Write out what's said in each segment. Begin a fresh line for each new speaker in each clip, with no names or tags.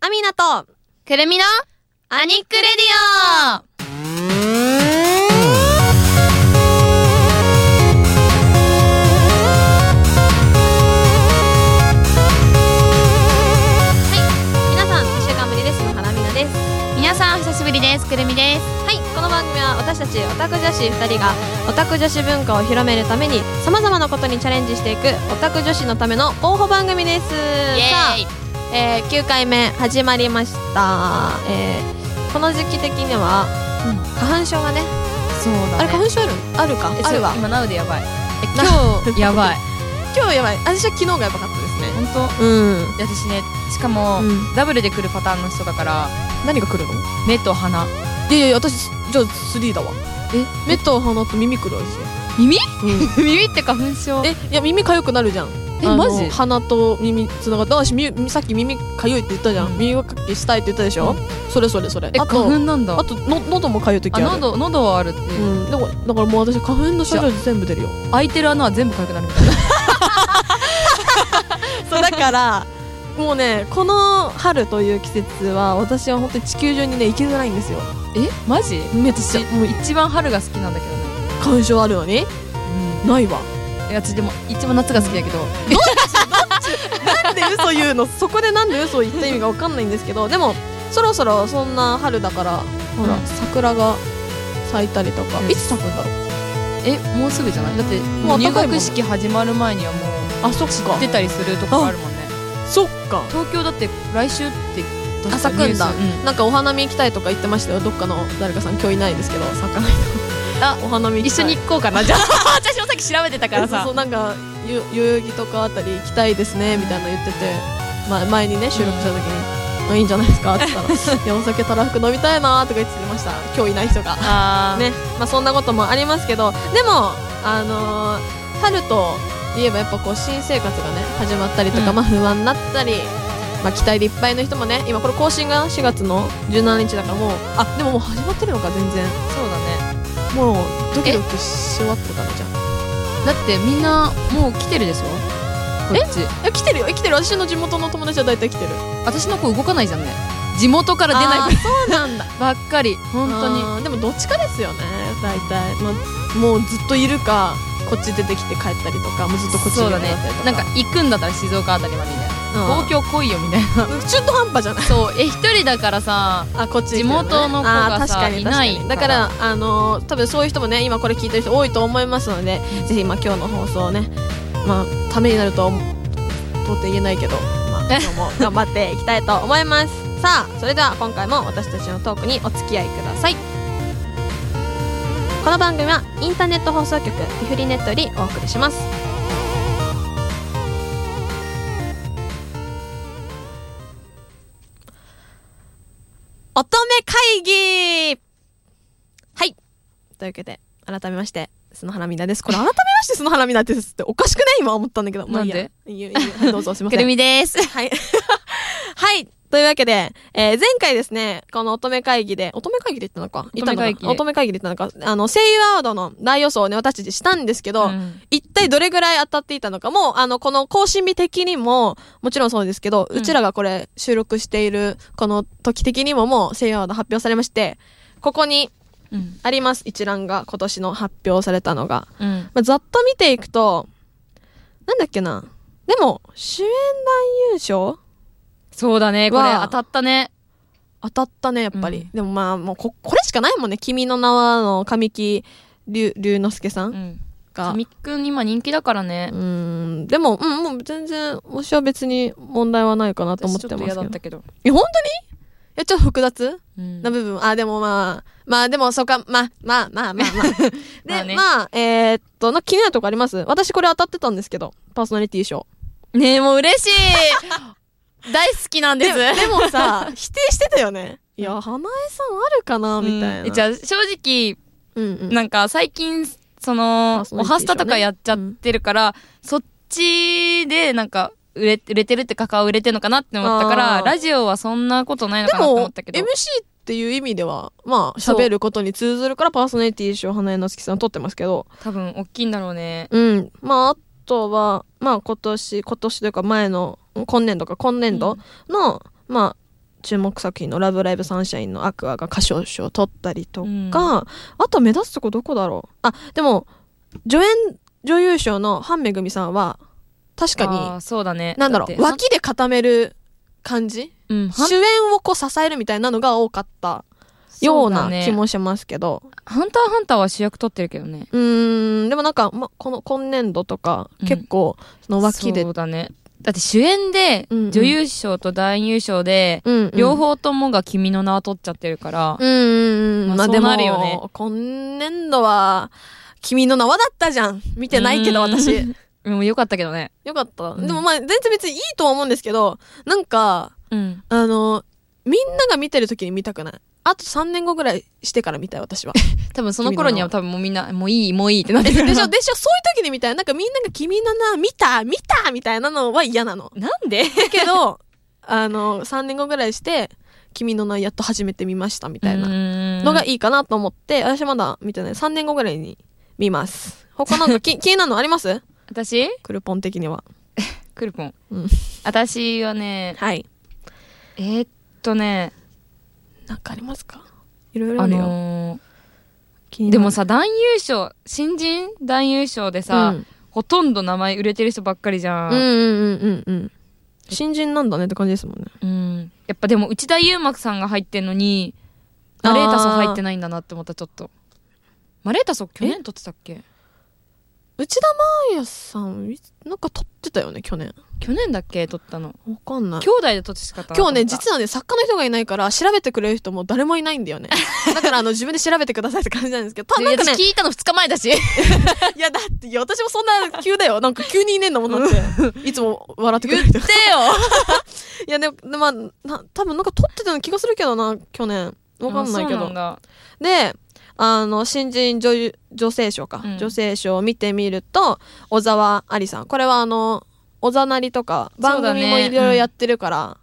アミナと、
くるみのアニックレディオ
はい、皆さん、一週間ぶりです。ハラミナです。
皆さんお久しぶりですくるみです
はい、この番組は私たちオタク女子2人がオタク女子文化を広めるためにさまざまなことにチャレンジしていくオタク女子のための候補番組です。さあ、
イ
えー、9回目始まりました。えー、この時期的には、
うん
花粉症がね、
そう
あれ
だ、ね、
花粉症あるあるか
え
あるわ
そう。今ナウでやばい
な
今 日やばい
今日やばい。私は昨日がやばかったですね。
本当
うん。
私ねしかも、
うん
ダブルで来るパターンの人だから
何が来るの
目と鼻
いやいやいや、私、じゃあ3だわ。
え
目と鼻と耳来るわですよ。
耳 耳って花粉症
え、いや、耳痒くなるじゃん。
え
あの
マジ
鼻と耳つながって、私、みみさっき耳かゆいって言ったじゃん。
うん
耳かきしたいって言ったでしょ、それそれそれ。
え
あ
花
と、
粉なんだ
あとの、喉もかゆい時あ
あ
る。
喉喉はあるって
う
いう、
ん、だからだからもう私花粉の症状全部出るよ
開いてる穴は全部痒くなるみたいな
そうだからもうねこの春という季節は私は本当に地球上にね行きづらいんですよ
えマジ
めっちゃ
私もう一番春が好きなんだけどね、
花粉症あるのにないわ
いや私でも一番夏が好きだけど
なんで嘘言うのそこで なんで嘘を言った意味が分かんないんですけどでもそろそろそんな春だからほら、
うん
桜が咲いたりとか、
うん
いつ咲くんだろう
えもうすぐじゃないだって
も
も
う暖
う入
かいもん
学式始まる前にはも
あそっ
う
か
出たりするとこあるもんね
そっか
東京だって来週って確か
あ咲くんだ、
ニュース
なんかお花見行きたいとか言ってましたよどっかの誰かさん今日いないですけど咲かないと
あ
お花見行
一
きた
緒
い
に行こうかなじゃあ 私もさっき調べてたから
そうそ
さ
うなんかゆ代々木とかあたり行きたいですねみたいなの言ってて、まあ、前にね収録した時に、まあ、いいんじゃないですかって言ったら「いやお酒たらふく飲みたいな」とか言ってました今日いない人が
あー
ねまあ、そんなこともありますけどでも、あのー春といえばやっぱこう新生活がね始まったりとか、
うん
まあ、不安になったり、まあ、期待でいっぱいの人もね今これ更新が4月の17日だからもうあでももう始まってるのか全然
そうだね
もうドキドキし終わってたのじゃん
だってみんなもう来てるでしょこっち
え来てるよえ来てる私の地元の友達は大体来てる
私の子動かないじゃんね地元から出ない
あーそうなん だ
ばっかり本当に
にでもどっちかですよね大体、まあ、もうずっといるかこっち出てきて帰ったりとかもうずっとこっちに
そ
いうる
だ
かだ
ね
ったりとか
なんか行くんだったら静岡あたりまでみたいな東京来いよみたいな
京 中途半端じゃない
そうえ一人だから さ
あこっちに来てる
地元の子がさ
あー確かに
いない
確かにだからあのー多分そういう人もね今これ聞いてる人多いと思いますのでぜひまあ今日の放送ねまあためになるとは思とって言えないけど、まあ、今日も頑張っていきたいと思いますさあそれでは今回も私たちのトークにお付き合いくださいこの番組はインターネット放送局ピフリネットよりお送りします乙女会議はい。というわけで、改めまして、須野原美奈です。これ、改めまして、須野原美奈ですって、おかしくない今思ったんだけど。まあいいや
なん
いいよいいよはいどうぞ、すいませ ん。
くるみです
はい。 はい。というわけで、えー前回ですね、この乙女会議で、乙女会議で言ったのか
乙女会
言っ
議
たのか乙女会議で言ったのか、あの、声優アワードの大予想をね、私たちしたんですけど、
うん
一体どれぐらい当たっていたのか、もう、あの、この更新日的にも、もちろんそうですけど、う
うん
ちらがこれ収録している、この時的にももう声優アワード発表されまして、ここに
うん
あります、一覧が今年の発表されたのが。
うん
まあ、ざっと見ていくと、なんだっけな。でも、主演男優賞
そうだねこれ
わあ
当たったね
当たったねやっぱり、
うん
でもまあもうここれしかないもんね「君の名は」の神木隆龍之介さ
うんん
がう
みっくん今人気だからね
ーんでもうんもう全然私は別に問題はないかなと思っ
私ち
て
ょっと
ますけ
嫌
ど
だったけど
いや本当にいやちょっと複雑
うん
な部分、あでもまあまあでもそうかまあまあまあまあ まあでまあ、
まあね
えーっとな気になるとこあります私これ当たってたんですけどパーソナリティ賞
ねえもう嬉し い大好きなんで
ですでも さ否定してたよねいや花江さんあるかなみたいな、
うんじゃあ正直
うんうん
なんか最近そ
ま
の
あそう
お
ですよね
はスタとかやっちゃってるからそっちでなんか売れ売れてるってか顔売れてるのかなって思ったか
あ
ら
ー
ラジオはそんなことないの
で
かなって思
も、
ったけど
MC っていう意味では、まあ、
そう
喋ることに通ずるから、パーソナリティ賞、花江之助さん取ってますけど、
多分大きいんだろうね
うん。まあ、あとは、まあ、今年、今年というか前の、今年度か、今年度の、まあ、注目作品の「ラブライブサンシャイン」のアクアが歌唱賞を取ったりとか、
うん
あと目立つとこどこだろうあでも助演女優賞のハンめぐみさんは確
あ
か
ーそうだね
になんだろう
わ
脇で固める感じ
うんはん
主演をこう支えるみたいなのが多かったような気もしますけど
ハンターハンターは主役取ってるけどね
う,、ーんでもなんか、ま、この今年度とか
うん
結構その脇で、
そうだねだって主演で
うんうん
女優賞と男優賞で
うんうん
両方ともが君の名を取っちゃってるから
うんうんうん
まあ
でも
そうなるよね
今年度は君の名はだったじゃん見てないけど
うん
私
うんよかったけどね
よかった、
うん
でもまあ全然別にいいとは思うんですけどなんか
うん
あのみんなが見てる時に見たくないあと3年後ぐらいしてから見たい私は
多分その頃には多分もうみんなもういいもういいってなって
で
る
しょ
か
で
ら
しょそういう時に見たいなんかみんなが君の名は見た見たみたいなのは嫌なの
なん で
だけど あの3年後ぐらいして君の名やっと始めてみましたみたいなの
の
がいいかなと思って、私まだ見てない。3年後ぐらいに見ます。他なんかき 気になるのあります
私
クルポン的には。
クルポン
うん。
私はね
はい。
えーっとね
なんかありますかいろいろあ
あ
るよ。
の
気に
ー
なる
でも、さ男優賞新人男優賞でさ
うん
ほとんど名前売れてる人ばっかりじゃ
うんうんうんうんうん。新人なんだねって感じですもんね。
うん、やっぱでも内田悠真さんが入ってんのに
あー
マレータソ入ってないんだなって思ったちょっとマレータソ去年撮ってたっけ
内田真礼さん、いつなんか撮ってたよね、去年。
去年だっけ撮ったの
わかんない
兄。弟で撮ってしかったなと
今
思
日
った
ね、実はね、作家の人がいないから、調べてくれる人も誰もいないんだ よね。だから、あの、自分で調べてくださいって感じなんですけど、たなんか
ね
ね、
私聞いたの2日前だし
いや、だって、いや、私もそんな急だよ。なんか急にいねえんだもんだ って。いつも笑ってくれる人が。いや、でも、でまあ、な多分なんか撮ってたような気がするけどな、去年。わかんないけ
あそう
ど
ん。だ
で、あの、新人女優女性賞か、
うん
女性賞を見てみると、小沢ありさん。これはあの、小ざなりとか、
そ
番
うだね
組もいろいろやってるから、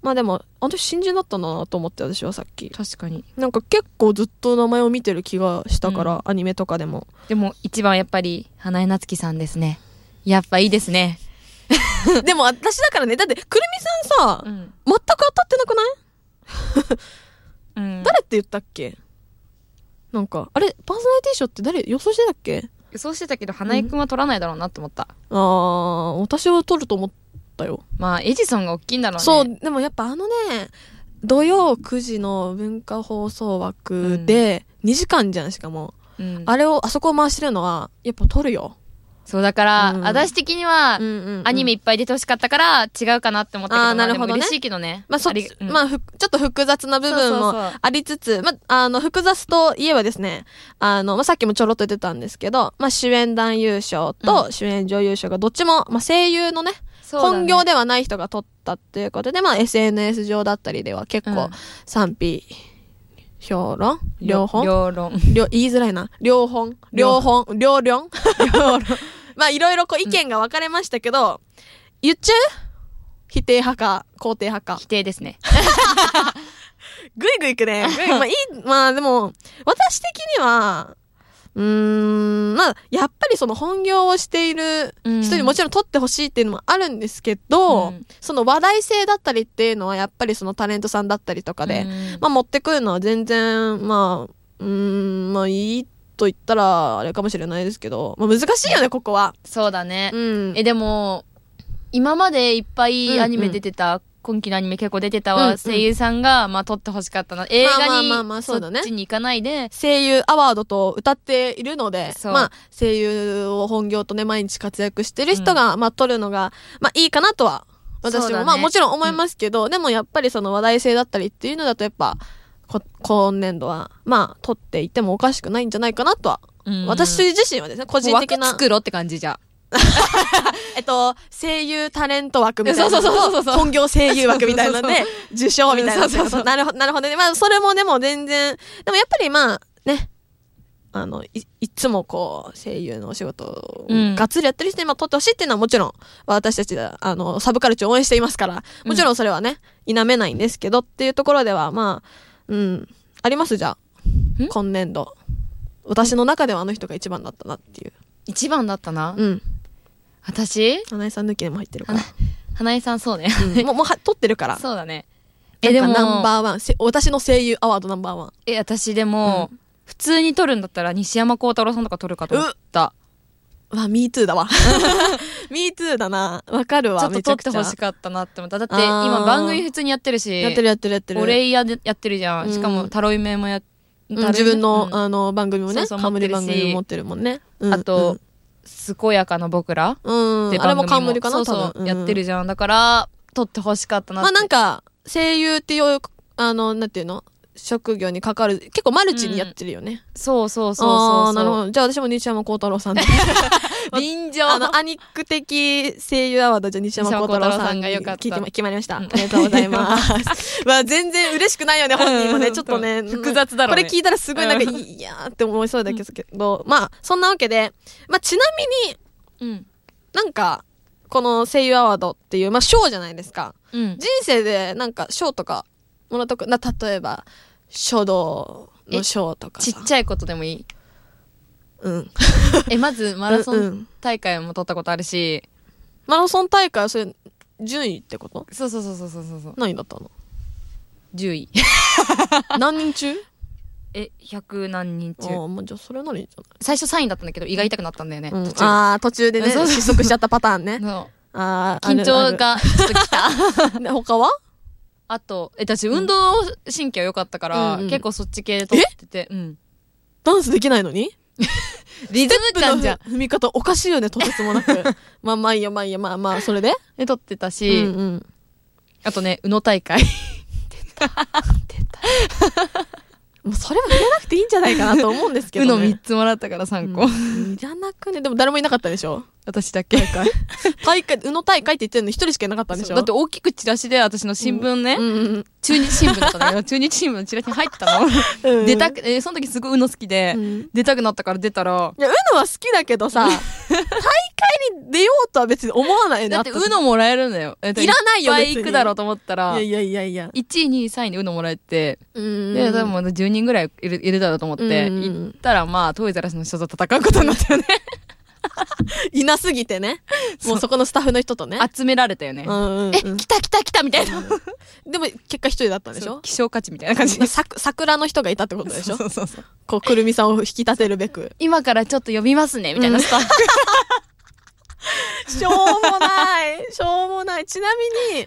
まあでも、あの人新人だったんだなと思って、私はさっき。
確かに
なんか結構ずっと名前を見てる気がしたから、
う
アニメとかで も。
でも一番やっぱり花江夏樹さんですねやっぱいいですね、
でも私だからね、だって、くるみさんさ、
ん
全く当たってなくない
うん、
誰って言ったっけなんか、あれ、パーソナリティ賞って誰予想してたっけ
予想してたけど花江くんは撮らないだろうなって思った、
あー、私は取ると思ったよ。
まあエジソンが大きいんだろうね
そう、でもやっぱあのね、土曜9時の文化放送枠で2時間じゃん、しかも。
うん
あれを、あそこを回してるのは、やっぱ取るよ。
そうだから、
うん
私的には、
うんうんうん
アニメいっぱい出てほしかったから違うかなって思ったけど
あーなるほどね
でも嬉しいけどね
まあ、そ
りうん
まあ、ふちょっと複雑な部分
そうそう
も
そう
ありつつ、まあ、あの、複雑といえばですね、あの、まあ、さっきもちょろっと言ってたんですけど、まあ、主演男優賞
う
と主演女優賞がどっちも、まあ、声優のね、
そうだね
本業ではない人が取ったっていうことで、まあ、SNS 上だったりでは結
う
構
ん
賛否、評論両方
両論
両言いづらいな。両本両
両
本両論 まあ、いろいろこう意見が分かれましたけど、言っちゃう否定派か、肯定派か。
否定ですね
ぐいぐい行く ね。ぐいまあいい、まあでも、私的には、うーん、まあ、やっぱりその本業をしている人にもちろん取ってほしいっていうのもあるんですけど、
うん
その話題性だったりっていうのはやっぱりそのタレントさんだったりとかで、
うん
まあ持ってくるのは全然、まあ、うーん、まあいいと言ったらあれかもしれないですけど、まあ難しいよね、ここは。
そうだね
う、ん。
えでも今までいっぱいアニ
うん
メ
うん
出てた、今期のアニメ結構出てた
うん
わ、
うん
声優さんが、まあ、撮ってほしかったな。映画に、
まあまあまあそうだね
っちに行かないで、
声優アワードと歌っているので、
そう
まあ、声優を本業とね、毎日活躍してる人が、まあ、取るのが、まあ、いいかなとは、
そ
私
う
も、
だね
まあ、もちろん思いますけど、でもやっぱりその話題性だったりっていうのだと、やっぱ、こ今年度は、まあ、取っていてもおかしくないんじゃないかなとは、
うん
私自身はですね、個人的
もう
な
枠、作ろって感じじゃ。
えっと、声優タレント枠みたいなのと。
そうそうそうそうそう
本業声優枠みたいなので
そう、
受賞みたいなのと。
うんそうそうそう
なるほど、なるほどね。まあ、それもでも全然、でもやっぱりまあ、ね、あの、い、いつもこう、声優のお仕事を
うん
がっつりやってる人にまあ撮ってほしいっていうのはもちろん、私たちで、あの、サブカルチャーを応援していますから、もちろんそれはね、否めないんですけどっていうところでは、まあ、うん、ありますじゃあ
ん。
今年度。私の中ではあの人が一番だったなっていう。
一番だったな。
うん。
私
花江さん抜きでも入ってるから。
花江さんそうね。
うんもう、もうは、撮ってるから。
そうだね。え、でも、
なんかナンバーワン。せ私の声優アワードナンバーワン。
え、私でも、普通に撮るんだったら西山幸太郎さんとか撮るかと思った。
うわ、me too だわ。me too だな。わかるわ。
ちょっと
め
撮
ゃ
っ
く
て
ちゃ
ほしかったなって思った。だって
あー
今番組普通にやってるし、
やってるやってるやってる。
お礼やでやってるじゃ。
うんん
しかも、タロイメもや、
うん、
タロイメ
自分の、
うん
あの、番組も
そ
ね、
うそう
冠
持っ
番
てるし
組も持ってるもんね。うん
あと、、健やかな僕ら
うん。うんあれも冠かな
そうそ
多分
う、
ん
やってるじゃん。だから、撮ってほしかったなっ
ま
て。
あなんか、声優っていう、あの、なんていうの職業にかかる、結構マルチにやってるよね。
そうそうそう
あ
そ
あ
う。
なるほど。じゃあ私も西山幸太郎さんで。
臨場
あの、アニック的声優アワードじゃあ西山幸太郎さんに
西山幸太郎さんが良かった
聞いてま決まりました。
うん
ありがとうございます。まあ全然嬉しくないよね、本人も
う
ね。
ん
ちょっとね。
複雑だろうね
これ聞いたらすごいなんか、
うん
いやーって思いそうだけど、まあ、そんなわけで、まあちなみに
うん。
なんか、この声優アワードっていう、まあ賞じゃないですか。
うん。
人生でなんか賞とかもらったことな例えば書道の賞とか
ち
さ
っちゃいことでもいい。
うん、
え、まずマラソ
うんう
ン
ん
大会も撮ったことあるし、
マラソン大会はそれ順位ってこと
そうそうそうそうそうそうそう。
何だったの
10位。
何人中
え、100何人
あ
中。
あ、まあ、じゃあそれなりじゃ
最初3位だったんだけど、胃が痛くなったんだよね。
ない、
途中
ああ途中でね
そうそう
失速しちゃったパターンね
そ
あ
う
あある
緊 張がちょっときた。
あるね他は
あと、え、私運動神経は良かったから、
うんうん
結構そっち系で撮ってて、うん。
ダンスできないのに
リズム感じゃん。
踏み方おかしいよねとてつもな くまあまあいいよまあいいよまあまあそれで、
で撮ってた
う
し、
んうん
あとね、宇野大会。
もうそれは触れなくていいんじゃないかなと思うんですけ
う
ど、ね、
の3つもらったから3個。
いらなくねでも誰もいなかったでしょ
私だけ。だ
大会、宇野大会って言ってるの一人しかいなかったんでしょ
って大きくチラシで私の新聞ね、
うんうん
中日新聞だったんだけ ど、中日新聞のチラシに入ってたの。
うん
出たく、えーその時すごい宇野好きで、
うん
出たくなったから出たら、
いや、うのは好きだけど さ、大会に出ようとは別に思わないよね。
だって
会った
うのもらえるんだよ。
いらないよ
いっぱい
別に
行くだろうと思ったら、
時
1
いやいやいやいや。
位、2位、3位でうのもらえて、
うん
で、多分まだ10人ぐらいいるいるだろうと思って、
うんうん
行ったらまあ、トイザラスの人と戦うことになったよね。
いなすぎてね。もう そこのスタッフの人とね。
集められたよね。
うんうんうん
え、来た来た来たみたいな。
でも結果一人だったんでし
そう
ょ
希少価値みたいな感じで。
さく桜の人がいたってことでしょ
そうそうそう。
こう、くるみさんを引き立てるべく。
今からちょっと呼びますね、みたいなスタッフ。
しょうもない。しょうもない。ちなみに、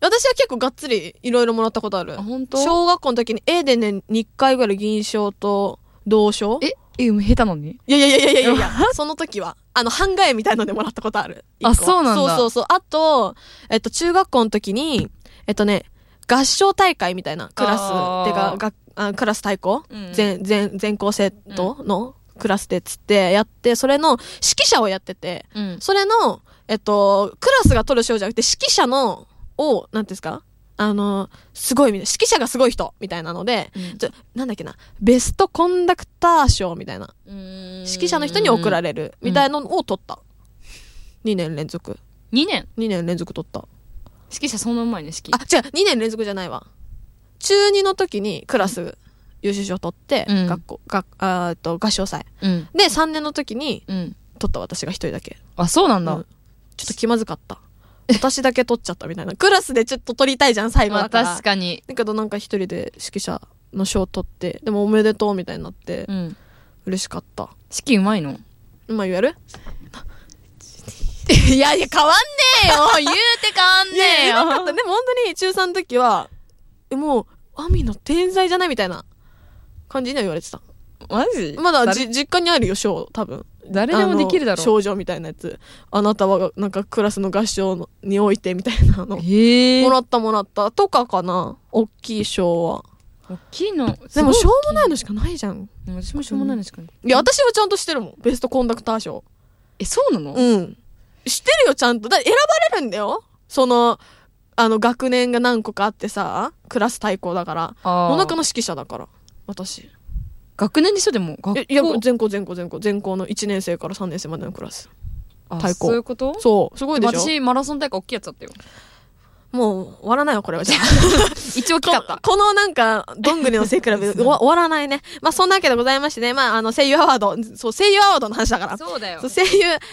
私は結構がっつりいろいろもらったことある。
あ本当
小学校の時に A でね、2回ぐらい銀賞と銅賞
え、え、もう下手なのに
いやいやいやいやいやいや、 その時は、あの、版画絵みたいのでもらったことある。
あ
一個
そうなんだ
そうそうそう。あと、えっと、中学校の時に、えっとね、合唱大会みたいなクラス、
あー
てか、があクラス対抗、
うん
全、全、全校生徒のクラスでつってやって、それの指揮者をやってて、
うん。
それの、えっと、クラスが取る賞じゃなくて、指揮者の、を、なんていうんですかあの、すごいみたいな、指揮者がすごい人みたいなので、ちょなんだっけな、ベストコンダクター賞みたいな。指揮者の人に送ら
れ
れるみたいなのを取った、2年連続
2年
2年連続取った
指揮者そんなうまいね、指揮
あ。違う2年連続じゃないわ中2の時にクラス優秀賞取って、
うん
学校学あーっと合唱祭
うん。
で3年の時に
うん。
取った私が1人だけ、
あ、そうなんだ。
うんちょっと気まずかった私だけ取っちゃったみたいなクラスでちょっと取りたいじゃん最後
ま
だ
あ
から、
確かに。
だけどなんか1人で指揮者の賞取ってでもおめでとうみたいになって、
うん。
嬉しかった
指揮うまいの
今言える
いやいや、変わんねえよ言うて変わん
いやいやなかっ
ね
たでも本当に中3の時はえもうアミの天才じゃないみたいな感じには言われてた
えよマジ
まだ
誰
じ実家にあるよ賞多分
誰でもできるだろう。
少女みたいなやつあなたはなんかクラスの合唱のにおいてみたいなの
へえ。
もら
大
ったもらったとかかな大きい賞は
きいの。
でもし
す
ょ
ご
うもないのしかないじゃん
い私もしょうもないのしかない。
いや私はちゃんとしてるもんベストコンダクター賞
え、そうなの
うんしてるよちゃんとだって選ばれるんだよそのあの学年が何個かあってさクラス対抗だから
お
お腹の指揮者だから私
学年でしょでも学
え
校
いや全校全校全校全校の1年生から3年生までのクラス
あ
対抗
そういうこと
そうすごいでしょ
私マラソン大会大きいやつ だったよ
もう終わらないわこれはじゃあ
一応来ちゃった
ここ のなんかどんぐりの背比べ 終わ終わらないねまあそんなわけでございましてねまああの声優アワードそう声優アワードの話だから
そうだよ
そう声優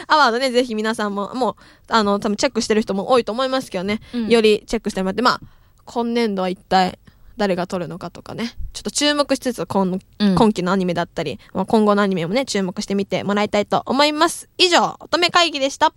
アワードねぜひ皆さんももうあの多分チェックしてる人も多いと思いますけどね、
うん
よりチェックしてもらってまあ今年度は一体誰が取るのかとかね、ちょっと注目しつつ、今
うん
今期のアニメだったり、まあ今後のアニメもね、注目してみてもらいたいと思います。以上、乙女会議でした。